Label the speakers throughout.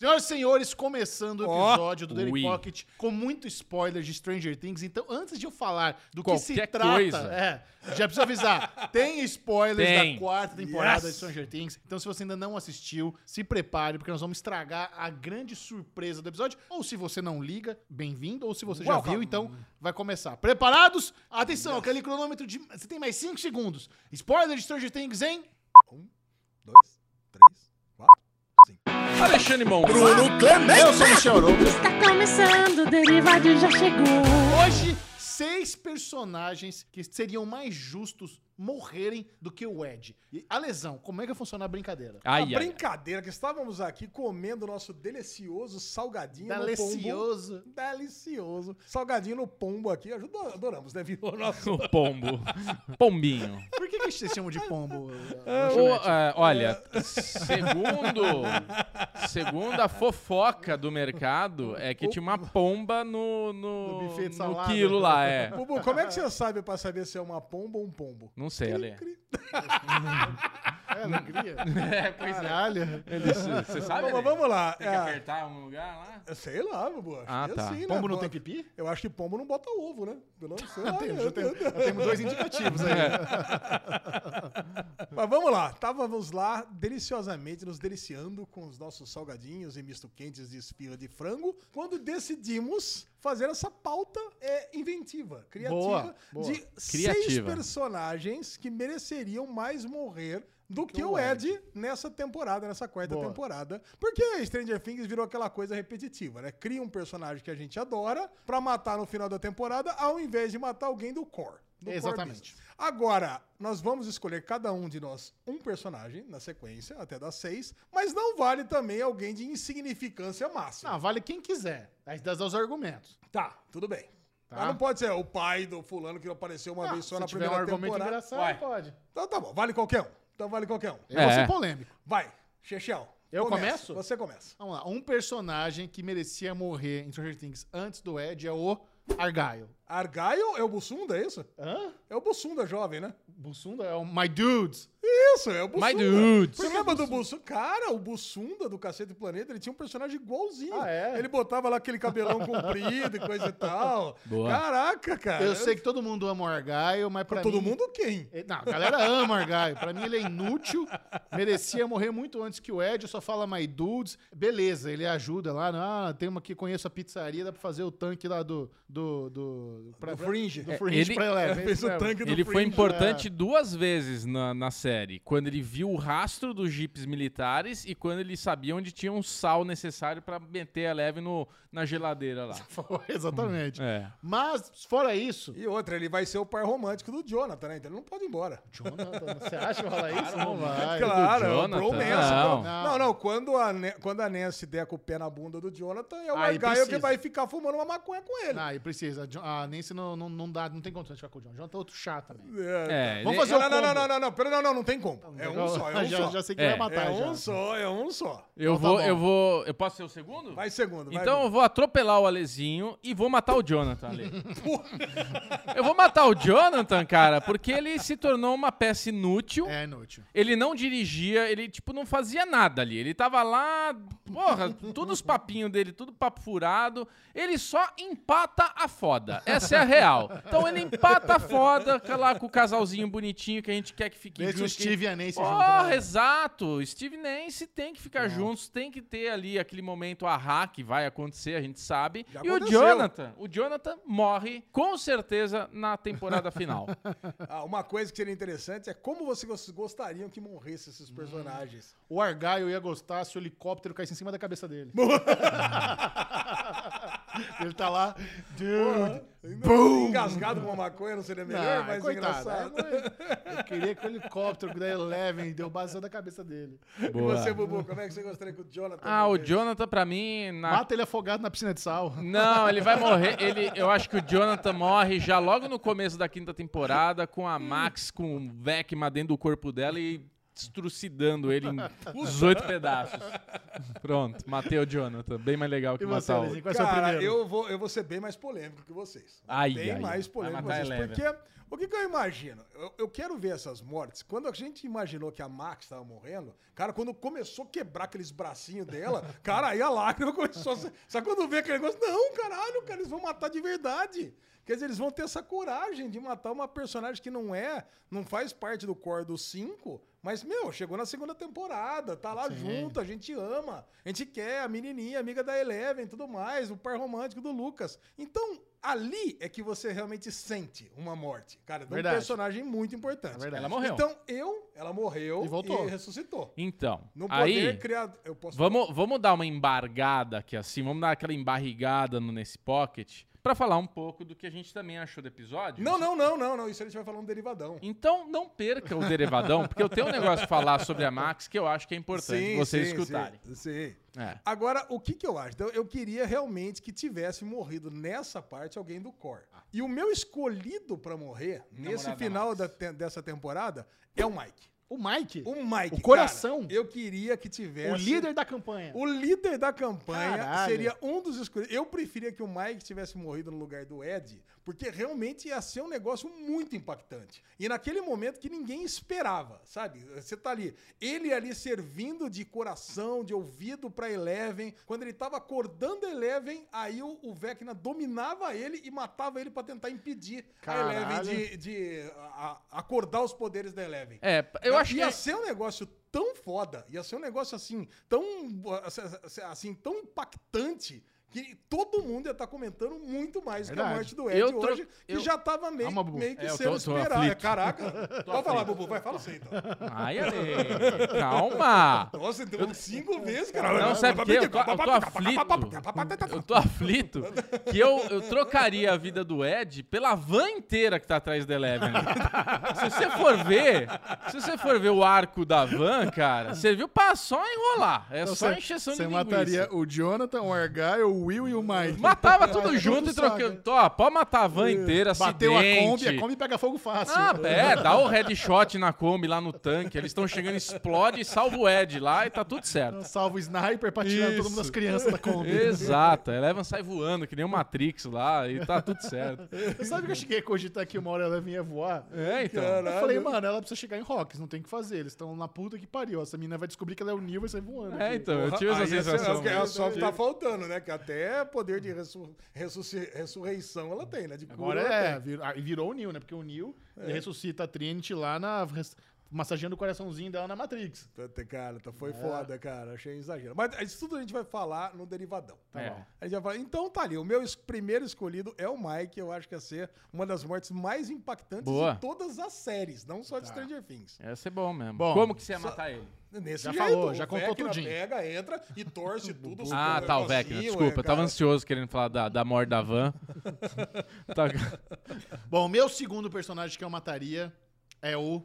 Speaker 1: Senhoras e senhores, começando o
Speaker 2: Ó,
Speaker 1: episódio do Daily
Speaker 2: ui.
Speaker 1: Pocket com muito spoiler de Stranger Things. Então, antes de eu falar do que se
Speaker 2: Qualquer
Speaker 1: trata,
Speaker 2: coisa.
Speaker 1: é, já preciso avisar, tem spoilers da
Speaker 2: Tem.
Speaker 1: quarta temporada
Speaker 2: Yes.
Speaker 1: de Stranger Things. Então, se você ainda não assistiu, se prepare, porque nós vamos estragar a grande surpresa do episódio. Ou se você não liga, bem-vindo. Ou se você já
Speaker 2: Welcome.
Speaker 1: viu, então vai começar. Preparados? Atenção, aquele cronômetro de... Você tem mais 5 segundos. Spoiler de Stranger Things, hein?
Speaker 3: dois, três, quatro, cinco.
Speaker 2: Alexandre Mão.
Speaker 1: Eu sou o Michel Arouca.
Speaker 4: Está Tá começando, o Derivado já chegou.
Speaker 1: Hoje, seis personagens que seriam mais justos morrerem do que o Ed. E a lesão, como é que funciona a brincadeira?
Speaker 3: A
Speaker 2: Ai, ai.
Speaker 3: brincadeira que estávamos aqui comendo o nosso delicioso salgadinho no
Speaker 1: Delicioso.
Speaker 3: pombo. Delicioso. Salgadinho no pombo aqui. Ajudou- Adoramos, né, Vitor? Nossa.
Speaker 2: O pombo. Pombinho.
Speaker 1: Por que, que vocês chamam de pombo?
Speaker 2: Ô, é, olha, segundo, segundo a fofoca do mercado, é que tinha uma pomba no, no,
Speaker 1: No buffet de
Speaker 2: no
Speaker 1: salada.
Speaker 2: quilo lá, é.
Speaker 3: Bubu, como é que você sabe pra saber se é uma pomba ou um pombo?
Speaker 2: Não sei, Ale.
Speaker 1: É, alegria.
Speaker 2: É, pois é.
Speaker 1: Caralho.
Speaker 2: Ele- Você sabe,
Speaker 3: Vamos,
Speaker 2: Ale?
Speaker 3: vamos lá.
Speaker 2: Tem que
Speaker 3: É,
Speaker 2: apertar um lugar lá?
Speaker 3: Sei lá, Bubu. Acho
Speaker 2: Ah,
Speaker 3: que é
Speaker 2: tá.
Speaker 3: assim, né?
Speaker 1: Pombo não
Speaker 3: Bom,
Speaker 1: tem pipi?
Speaker 3: Eu acho que pombo não bota ovo, né? Pelo menos, sei lá.
Speaker 1: Temos,
Speaker 3: né?
Speaker 1: já temos, já temos dois indicativos aí.
Speaker 3: Mas vamos lá, estávamos lá deliciosamente nos deliciando com os nossos salgadinhos e misto quentes de espirra de frango, quando decidimos fazer essa pauta é, inventiva, criativa,
Speaker 1: Boa, boa.
Speaker 3: de seis
Speaker 2: Criativa.
Speaker 3: personagens que mereceriam mais morrer do que, o Ed, nessa temporada, nessa quarta
Speaker 1: Boa.
Speaker 3: temporada. Porque Stranger Things virou aquela coisa repetitiva, né? Cria um personagem que a gente adora pra matar no final da temporada, ao invés de matar alguém do core. do core
Speaker 1: Exatamente.
Speaker 3: business. Agora, nós vamos escolher cada um de nós um personagem na sequência, até dar seis, mas não vale também alguém de insignificância máxima.
Speaker 1: Não, vale quem quiser. Aí dá os argumentos.
Speaker 3: Tá, tudo bem.
Speaker 1: Tá.
Speaker 3: Mas não pode ser o pai do fulano que apareceu uma
Speaker 1: Ah,
Speaker 3: vez só
Speaker 1: se
Speaker 3: na
Speaker 1: tiver um
Speaker 3: primeira
Speaker 1: argumento
Speaker 3: temporada.
Speaker 1: engraçado,
Speaker 2: Uai.
Speaker 1: pode.
Speaker 3: Então tá bom, vale qualquer um. Então vale qualquer um.
Speaker 1: Eu vou ser
Speaker 2: É.
Speaker 1: polêmico.
Speaker 3: Vai, Chechel.
Speaker 1: Eu começo?
Speaker 3: começa. Você começa.
Speaker 1: Vamos lá. Um personagem que merecia morrer em Stranger Things antes do Ed é o Argyle.
Speaker 3: Argyle é o Bussunda, é isso?
Speaker 1: Hã?
Speaker 3: É o Bussunda jovem, né?
Speaker 1: Bussunda é o My Dudes.
Speaker 3: Isso, é o Bussunda.
Speaker 2: My dudes.
Speaker 3: Você lembra do Bussunda? Cara, o Bussunda do Cacete do Planeta, ele tinha um personagem igualzinho.
Speaker 1: Ah, é?
Speaker 3: Ele botava lá aquele cabelão comprido e coisa e tal.
Speaker 2: Boa.
Speaker 3: Caraca, cara.
Speaker 1: Eu sei que todo mundo ama o Argyle, mas pra
Speaker 3: Pra todo
Speaker 1: mim-
Speaker 3: mundo quem?
Speaker 1: Ele- Não, a galera ama o Argyle. Pra mim ele é inútil, merecia morrer muito antes que o Ed, só fala my dudes. Beleza, ele ajuda lá, né? ah, tem uma que conheço a pizzaria, dá pra fazer o tanque lá do... Do, do, pra-
Speaker 3: Do Fringe.
Speaker 1: Do
Speaker 3: É,
Speaker 1: Fringe
Speaker 2: ele-
Speaker 1: pra Eleven.
Speaker 3: Fez o
Speaker 1: Isso mesmo.
Speaker 3: tanque do
Speaker 2: Ele foi
Speaker 3: Fringe.
Speaker 2: importante duas vezes na, na série. Quando ele viu o rastro dos jipes militares e quando ele sabia onde tinha um sal necessário pra meter a leve no, na geladeira lá.
Speaker 1: Exatamente.
Speaker 2: É.
Speaker 1: Mas, fora isso...
Speaker 3: E outra, ele vai ser o par romântico do Jonathan, né? Então ele não pode ir embora.
Speaker 1: Jonathan, você acha que vai rolar isso? Não vai.
Speaker 3: Claro, é o
Speaker 2: Jonathan,
Speaker 3: bromance, pelo-
Speaker 2: não.
Speaker 3: Não, não, quando a, Ne- quando a Nancy der com o pé na bunda do Jonathan, é o
Speaker 1: Aí
Speaker 3: Argyle
Speaker 1: Ah, precisa.
Speaker 3: que vai ficar fumando uma maconha com ele.
Speaker 1: Ah, e precisa. A Jo- A Nancy não, não, não dá, não tem condições de ficar com o John. Jonathan é outro chato também.
Speaker 2: É,
Speaker 1: Vamos
Speaker 2: ele-
Speaker 1: fazer
Speaker 3: Não,
Speaker 1: o
Speaker 3: não, não, não,
Speaker 1: combo. Tá
Speaker 3: não, não, não, pera, não, não, não tem como. É um só, é um
Speaker 1: já,
Speaker 3: só.
Speaker 1: já sei que
Speaker 2: É.
Speaker 1: vai matar
Speaker 3: É
Speaker 1: Ah, tá, já.
Speaker 3: um só, é um só.
Speaker 2: Eu
Speaker 1: Então tá
Speaker 2: vou,
Speaker 1: bom.
Speaker 2: eu vou. Eu posso ser o segundo?
Speaker 3: Vai segundo, vai.
Speaker 2: Então eu vou atropelar o Alezinho e vou matar o Jonathan ali. eu vou matar o Jonathan, cara, porque ele se tornou uma peça inútil.
Speaker 1: É inútil.
Speaker 2: Ele não dirigia, ele, tipo, não fazia nada ali. Ele tava lá, porra, todos os papinhos dele, tudo papo furado. Ele só empata a foda. Essa é a real. Então ele empata a foda lá com o casalzinho bonitinho que a gente quer que fique
Speaker 1: Deixa o
Speaker 2: junto, que-
Speaker 1: Steve e a Nancy junto,
Speaker 2: Porra,
Speaker 1: né? É.
Speaker 2: exato. Steve e Nancy tem que ficar juntos, tem que ter ali aquele momento ahá que vai acontecer, a gente sabe.
Speaker 3: Já
Speaker 2: e
Speaker 3: aconteceu.
Speaker 2: o Jonathan, o Jonathan morre com certeza na temporada final.
Speaker 3: Ah, uma coisa que seria interessante é como vocês gostariam que morressem
Speaker 1: Hum.
Speaker 3: esses personagens.
Speaker 1: O Argyle ia gostar se o helicóptero caísse em cima da cabeça dele. ele tá lá. Dude.
Speaker 3: Engasgado com uma maconha não seria melhor,
Speaker 1: Não,
Speaker 3: mas
Speaker 1: Ah, coitado. é,
Speaker 3: engraçado.
Speaker 1: Eu queria que o helicóptero da Eleven derrubasse da cabeça dele.
Speaker 3: E você, Bubu, como é que você gostaria que o Jonathan
Speaker 2: Ah, o
Speaker 3: morresse?
Speaker 2: Jonathan pra mim na
Speaker 1: Mata ele afogado na piscina de sal.
Speaker 2: Não, ele vai morrer. Ele, eu acho que o Jonathan morre já logo no começo da quinta temporada com a Max com o Vecma dentro do corpo dela e estrucidando ele em 18 pedaços. Pronto, matei o Jonathan. Bem mais legal que
Speaker 1: E você,
Speaker 2: matar
Speaker 1: Lezinho,
Speaker 2: o...
Speaker 1: qual é o seu
Speaker 3: Cara,
Speaker 1: primeiro?
Speaker 3: eu vou, eu vou ser bem mais polêmico que vocês.
Speaker 2: Ai,
Speaker 3: bem
Speaker 2: ai,
Speaker 3: mais
Speaker 2: vai
Speaker 3: polêmico que
Speaker 2: matar
Speaker 3: vocês.
Speaker 2: Eleven.
Speaker 3: Porque o que, que eu imagino? Eu, eu quero ver essas mortes. Quando a gente imaginou que a Max estava morrendo, cara, quando começou a quebrar aqueles bracinhos dela, cara, aí a lágrima começou a. ser- Sabe quando vê aquele negócio? Não, caralho, cara, eles vão matar de verdade. Quer dizer, eles vão ter essa coragem de matar uma personagem que não é, não faz parte do core dos cinco, mas, meu, chegou na segunda temporada, tá lá junto, a gente ama, a gente quer a menininha, amiga da Eleven e tudo mais, o par romântico do Lucas. Então, ali é que você realmente sente uma morte, cara, de um
Speaker 1: Verdade.
Speaker 3: personagem muito importante.
Speaker 1: É verdade.
Speaker 2: Ela morreu.
Speaker 3: Então, eu, ela morreu
Speaker 1: E voltou.
Speaker 3: e ressuscitou.
Speaker 2: Então,
Speaker 3: No poder
Speaker 2: aí...
Speaker 3: criado... Eu posso...
Speaker 2: Vamos, vamos dar uma embargada aqui, assim, vamos dar aquela embarrigada no, nesse pocket pra falar um pouco do que a gente também achou do episódio.
Speaker 3: Não, não, não, não, não, isso a gente vai falar um derivadão.
Speaker 2: Então não perca o derivadão, porque eu tenho um negócio pra falar sobre a Max que eu acho que é importante vocês escutarem.
Speaker 3: Sim, sim.
Speaker 2: É.
Speaker 3: Agora, o que, que eu acho? Então, eu queria realmente que tivesse morrido nessa parte alguém do core.
Speaker 1: Ah.
Speaker 3: E o meu escolhido pra morrer nesse
Speaker 2: da
Speaker 3: final
Speaker 2: Max.
Speaker 3: da te- dessa temporada é o Mike.
Speaker 1: O Mike,
Speaker 3: O Mike.
Speaker 1: O coração.
Speaker 3: cara, eu queria que tivesse.
Speaker 1: o líder da campanha.
Speaker 3: O líder da campanha
Speaker 1: Caralho.
Speaker 3: seria um dos escolhidos. Eu preferia que o Mike tivesse morrido no lugar do Ed, porque realmente ia ser um negócio muito impactante. E naquele momento que ninguém esperava, sabe? Você tá ali, ele ali servindo de coração, de ouvido pra Eleven. Quando ele tava acordando a Eleven, aí o, o Vecna dominava ele e matava ele pra tentar impedir a
Speaker 1: Caralho.
Speaker 3: Eleven de, de a- a- acordar os poderes da Eleven.
Speaker 2: É, eu acho que.
Speaker 3: Ia ser um negócio tão foda, ia ser um negócio assim, tão. assim, tão impactante. Que todo mundo ia estar comentando muito mais que a
Speaker 1: Verdade.
Speaker 3: morte do Ed
Speaker 2: Eu tro-
Speaker 3: hoje, que
Speaker 2: eu-
Speaker 3: já tava meio,
Speaker 1: Calma, Bubu.
Speaker 3: meio que
Speaker 2: É, eu
Speaker 3: sendo
Speaker 2: tô- tô
Speaker 3: esperado.
Speaker 2: aflito.
Speaker 3: Caraca. Pode falar, Bubu, vai, fala você então.
Speaker 2: Ai, Ale, calma!
Speaker 3: Nossa, deu cinco vezes, cara.
Speaker 2: Não, sabe por quê? Eu tô, eu tô
Speaker 3: Tá
Speaker 2: aflito. Eu tô aflito que eu, eu trocaria a vida do Ed pela van inteira que tá atrás da Eleven. Se você for ver, se você for ver o arco da van, cara, serviu pra só enrolar. É
Speaker 1: Então,
Speaker 2: só
Speaker 1: você-
Speaker 2: encheção de
Speaker 1: Você
Speaker 2: linguiça.
Speaker 1: mataria o Jonathan, o Argyle, o Will e o Mike.
Speaker 2: Matava
Speaker 1: Ah,
Speaker 2: tudo
Speaker 1: é
Speaker 2: junto
Speaker 1: tudo
Speaker 2: e trocando.
Speaker 1: saco,
Speaker 2: Ó, pode matar a van inteira,
Speaker 1: né? Bateu a Kombi,
Speaker 2: acidente.
Speaker 1: a Kombi tá assim. pega fogo fácil.
Speaker 2: Ah, é, dá o headshot na Kombi lá no tanque. Eles estão chegando, explode, salva o Ed lá e tá tudo certo.
Speaker 1: Salva o Um sniper pra tirar todo mundo das crianças da Kombi.
Speaker 2: Exato, a Eleven sai voando, que nem o Matrix lá, e tá tudo certo.
Speaker 1: Você Sabe que eu cheguei a cogitar que uma hora ela vinha voar?
Speaker 2: É, então.
Speaker 1: Eu falei, mano, ela precisa chegar em Rocks, não tem o que fazer. Eles estão na puta que pariu. Essa menina vai descobrir que ela é o Neo e vai sair voando.
Speaker 2: É,
Speaker 1: aqui.
Speaker 2: então, eu tive essa sensação.
Speaker 3: Ela
Speaker 2: mesmo.
Speaker 3: só assim, tá faltando, né? Que até poder de ressu- ressusci- ressurreição ela tem, né? De cura
Speaker 1: Agora
Speaker 3: ela tem.
Speaker 1: é, vir- ah, e virou o Neo, né? Porque o Neo
Speaker 2: É.
Speaker 1: ele ressuscita a Trinity lá na. res- Massageando o coraçãozinho dela na Matrix.
Speaker 3: Puta, Cara, tá-
Speaker 1: É.
Speaker 3: foi foda, cara. Achei um exagero. Mas isso tudo a gente vai falar no derivadão. Tá
Speaker 2: É.
Speaker 3: bom. A gente vai falar. Então tá ali. O meu es- primeiro escolhido é o Mike. Eu acho que ia ser uma das mortes mais impactantes
Speaker 2: Boa.
Speaker 3: de todas as séries, não só
Speaker 1: Tá.
Speaker 3: de Stranger Things.
Speaker 2: Ia ser é bom mesmo.
Speaker 1: Bom,
Speaker 2: Como que você ia matar ele?
Speaker 3: Nesse
Speaker 1: Já
Speaker 3: jeito,
Speaker 1: falou,
Speaker 3: o
Speaker 1: já contou
Speaker 3: Vecna
Speaker 1: tudinho.
Speaker 3: Pega, entra e torce tudo.
Speaker 2: Ah,
Speaker 3: super
Speaker 2: tá, o
Speaker 3: negocinho,
Speaker 2: Vecna.
Speaker 3: é,
Speaker 2: Desculpa, eu tava
Speaker 3: cara.
Speaker 2: ansioso querendo falar da, da morte da van. Tá-
Speaker 1: Bom, meu segundo personagem que eu mataria é o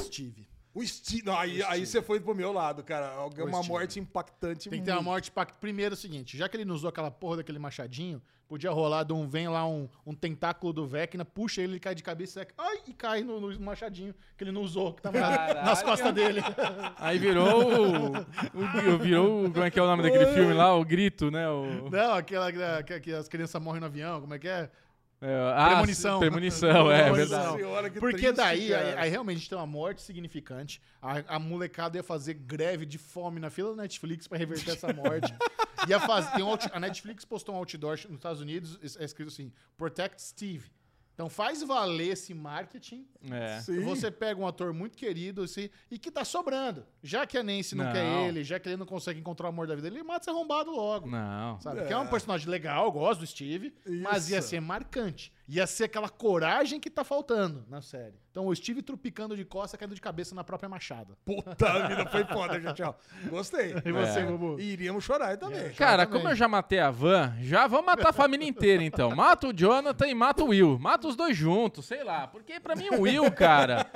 Speaker 1: Steve.
Speaker 3: O Steve. Aí, aí você foi pro meu lado, cara. Alguém-
Speaker 1: O
Speaker 3: Uma
Speaker 1: Steve.
Speaker 3: morte impactante.
Speaker 1: Tem que ter uma
Speaker 3: muito.
Speaker 1: morte pra... Primeiro é o seguinte, já que ele não usou aquela porra daquele machadinho, podia rolar de um, vem lá um, um tentáculo do Vecna, puxa ele, ele cai de cabeça, e- ai, e cai no, no machadinho que ele não usou, que tava na- nas
Speaker 2: Caralho.
Speaker 1: costas dele.
Speaker 2: Aí virou o, o- o- Virou o. Como é que é o nome daquele filme lá? O grito, né? O,
Speaker 1: não, aquela que, que as crianças morrem no avião, como é que é?
Speaker 2: é, ah,
Speaker 1: Premonição.
Speaker 2: Premonição, é,
Speaker 1: Premonição.
Speaker 2: verdade.
Speaker 3: Senhora, que
Speaker 1: Porque
Speaker 3: triste,
Speaker 1: daí,
Speaker 3: cara.
Speaker 1: aí, aí realmente a gente tem uma morte significante. A, a molecada ia fazer greve de fome na fila da Netflix pra reverter essa morte. ia fazer, tem um out- a Netflix postou um outdoor nos Estados Unidos, es- é escrito assim: Protect Steve. Então faz valer esse marketing.
Speaker 2: É.
Speaker 3: Sim.
Speaker 1: Você pega um ator muito querido assim, e que tá sobrando. Já que a Nancy não,
Speaker 2: Não.
Speaker 1: quer ele, já que ele não consegue encontrar o amor da vida, ele mata esse arrombado logo.
Speaker 2: Não.
Speaker 1: Sabe? Que é um personagem legal, eu gosto do Steve, mas
Speaker 3: Isso.
Speaker 1: ia ser marcante. Ia ser aquela coragem que tá faltando na série. Então o Steve trupicando de costa, caindo de cabeça na própria machada.
Speaker 3: Puta vida, foi foda, gente. ó. Gostei.
Speaker 1: E
Speaker 2: É.
Speaker 1: você, Bubu?
Speaker 3: E iríamos chorar também.
Speaker 2: Cara,
Speaker 1: também.
Speaker 2: como eu já matei a van, já vamos matar a família inteira, então. Mata o Jonathan e mata o Will. Mata os dois juntos, sei lá. Porque pra mim o Will, cara.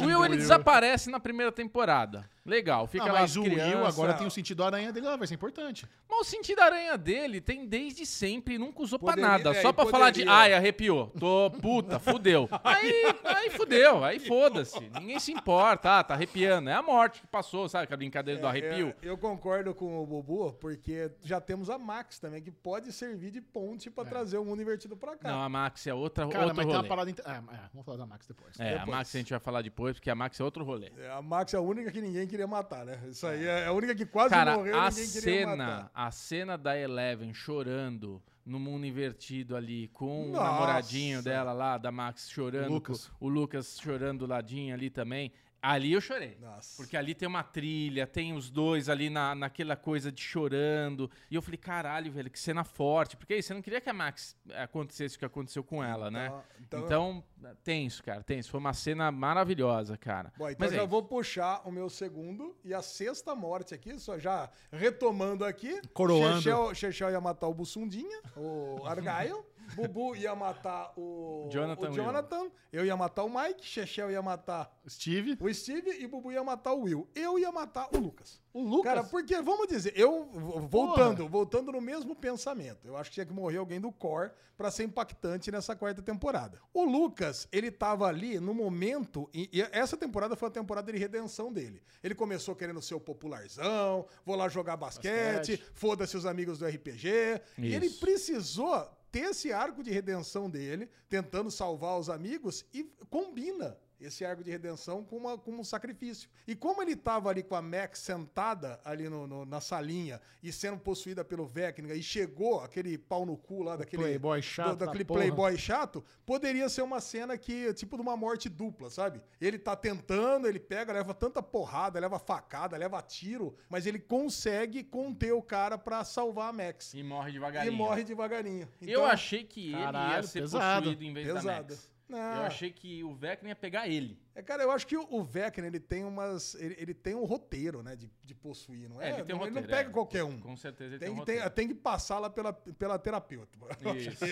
Speaker 2: o Will, ele desaparece na primeira temporada. Legal, fica
Speaker 1: Não,
Speaker 2: lá
Speaker 1: Ah, mas
Speaker 2: as
Speaker 1: o Will
Speaker 2: crianças.
Speaker 1: agora tem o sentido aranha dele, ah, vai ser importante.
Speaker 2: Mas o sentido aranha dele tem desde sempre, nunca usou
Speaker 3: Poderia-
Speaker 2: pra nada.
Speaker 3: é,
Speaker 2: só pra
Speaker 3: poderia.
Speaker 2: falar de, ai, arrepiou. Tô puta, fudeu. Aí, aí fudeu, aí foda-se. Ninguém se importa, ah, tá arrepiando. É a morte que passou, sabe? Que a brincadeira do arrepio.
Speaker 3: É, eu concordo com o Bubu, porque já temos a Max também, que pode servir de ponte pra trazer o mundo invertido pra cá.
Speaker 2: É. Não, a Max é outra,
Speaker 1: Cara,
Speaker 2: outro
Speaker 1: mas tem
Speaker 2: rolê.
Speaker 1: uma parada. inte- Ah, é, vamos falar da Max depois.
Speaker 2: É, a
Speaker 3: depois.
Speaker 2: Max a gente vai falar depois, porque a Max é outro rolê.
Speaker 3: É, A Max é a única que ninguém queria matar, né? Isso aí é a única que quase
Speaker 2: Cara,
Speaker 3: morreu e
Speaker 2: a
Speaker 3: ninguém queria
Speaker 2: cena,
Speaker 3: matar.
Speaker 2: a cena da Eleven chorando no mundo invertido ali, com o
Speaker 3: Nossa.
Speaker 2: namoradinho dela lá, da Max chorando,
Speaker 1: Lucas.
Speaker 2: com o Lucas chorando do ladinho ali também. Ali eu chorei.
Speaker 3: Nossa.
Speaker 2: Porque ali tem uma trilha, tem os dois ali na, naquela coisa de chorando. E eu falei, caralho, velho, que cena forte. Porque aí você não queria que a Max eh, acontecesse o que aconteceu com ela, né?
Speaker 3: então-
Speaker 2: Então, tenso, cara, tenso. Foi uma cena maravilhosa, cara.
Speaker 3: Bom, então
Speaker 2: Mas
Speaker 3: já
Speaker 2: é
Speaker 3: vou puxar o meu segundo e a sexta morte aqui, só já retomando aqui.
Speaker 1: Coroando.
Speaker 3: Chechel- Chechel ia matar o Bussundinha, o Argyle. Bubu ia matar o
Speaker 2: Jonathan
Speaker 3: o Jonathan. Eu ia matar o Mike. Chechel ia matar
Speaker 1: Steve.
Speaker 3: o Steve e Bubu ia matar o Will. Eu ia matar o Lucas.
Speaker 1: O Lucas.
Speaker 3: Cara, porque vamos dizer, eu v- voltando, voltando no mesmo pensamento. Eu acho que tinha que morrer alguém do core pra ser impactante nessa quarta temporada. O Lucas, ele tava ali no momento e, e essa temporada foi a temporada de redenção dele. Ele começou querendo ser o popularzão, vou lá jogar basquete,
Speaker 1: Basquete.
Speaker 3: foda-se os amigos do RPG. E ele
Speaker 2: Isso.
Speaker 3: precisou ter esse arco de redenção dele, tentando salvar os amigos, e combina esse arco de redenção com, uma- com um sacrifício. E como ele tava ali com a Max sentada ali no- no- na salinha e sendo possuída pelo Vecna, e chegou aquele pau no cu lá daquele
Speaker 1: playboy chato da
Speaker 3: daquele
Speaker 1: porra.
Speaker 3: playboy chato, poderia ser uma cena que, tipo, de uma morte dupla, sabe? Ele tá tentando, ele pega, leva tanta porrada, leva facada, leva tiro, mas ele consegue conter o cara pra salvar a Max.
Speaker 2: E morre
Speaker 3: E
Speaker 2: devagarinho.
Speaker 3: morre devagarinho.
Speaker 2: eu achei que ele ia
Speaker 1: Caralho,
Speaker 2: ser
Speaker 1: pesado.
Speaker 2: possuído em vez da
Speaker 3: Então, Pesado.
Speaker 2: Max.
Speaker 3: Não.
Speaker 2: Eu achei que o Vecna ia pegar ele.
Speaker 3: É, cara, eu acho que o- o Vecna, ele tem umas. Ele, ele tem um roteiro, né? De, de possuir, não é?
Speaker 2: É, ele tem um
Speaker 3: não,
Speaker 2: roteiro.
Speaker 3: não pega
Speaker 2: é.
Speaker 3: qualquer um.
Speaker 2: Com certeza ele tem,
Speaker 3: Tem
Speaker 2: um
Speaker 3: que, tem,
Speaker 2: roteiro.
Speaker 3: tem que passar lá pela, pela terapeuta.
Speaker 2: Isso.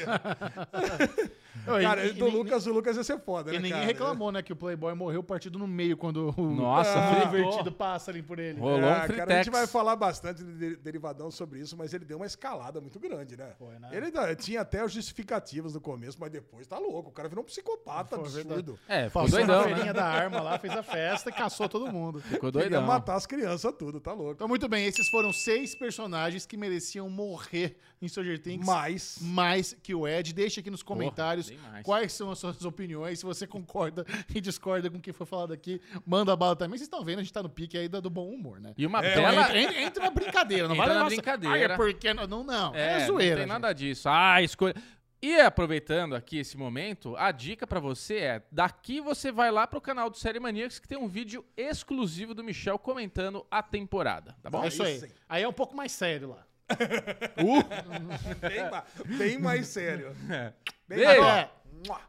Speaker 1: Ô, e-
Speaker 3: Cara,
Speaker 1: e-
Speaker 3: do
Speaker 1: e-
Speaker 3: Lucas, o Lucas ia ser foda,
Speaker 1: E
Speaker 3: né?
Speaker 1: ninguém
Speaker 3: cara?
Speaker 1: reclamou, né? Que o Playboy morreu partido no meio quando o
Speaker 2: Nossa,
Speaker 1: o
Speaker 2: fritou.
Speaker 1: invertido passa ali por ele.
Speaker 2: Rolou um
Speaker 3: É, cara, a
Speaker 2: fritex.
Speaker 3: gente vai falar bastante de de- derivadão sobre isso, mas ele deu uma escalada muito grande, né?
Speaker 1: Foi, né?
Speaker 3: Ele da- tinha até os justificativas no começo, mas depois tá louco. O cara virou um psicopata
Speaker 1: Foi
Speaker 3: absurdo.
Speaker 2: É, ficou
Speaker 1: Passou na
Speaker 2: doidão,
Speaker 1: feirinha
Speaker 2: né?
Speaker 1: da arma lá, fez a festa e caçou todo mundo.
Speaker 2: Ficou
Speaker 3: Queria
Speaker 2: doidão.
Speaker 3: matar as crianças tudo, tá louco.
Speaker 1: Então, muito bem, esses foram seis personagens que mereciam morrer em Stranger Things.
Speaker 3: Mas...
Speaker 1: mais que o Ed. Deixe aqui nos comentários
Speaker 2: bem mais.
Speaker 1: quais são as suas opiniões. Se você concorda e discorda com o que foi falado aqui, manda bala também. Vocês estão vendo, a gente tá no pique aí do, do bom humor, né?
Speaker 2: E uma
Speaker 1: Então,
Speaker 2: bela...
Speaker 1: entra, entra- entra na brincadeira, não
Speaker 2: É,
Speaker 1: vai
Speaker 2: Entra na
Speaker 1: levar essa-
Speaker 2: brincadeira.
Speaker 1: "Ai, é porque não, não, não. É,
Speaker 2: É,
Speaker 1: zoeira.
Speaker 2: não tem
Speaker 1: gente.
Speaker 2: nada disso. Ah, escolha. E aproveitando aqui esse momento, a dica pra você é: daqui você vai lá pro canal do Série Maníacos que tem um vídeo exclusivo do Michel comentando a temporada, tá bom?
Speaker 1: é isso aí.
Speaker 3: Isso, hein?
Speaker 1: Aí é um pouco mais sério lá.
Speaker 3: Bem, ma- bem mais sério. Bem
Speaker 2: É. Beijo.
Speaker 3: mais- Mua.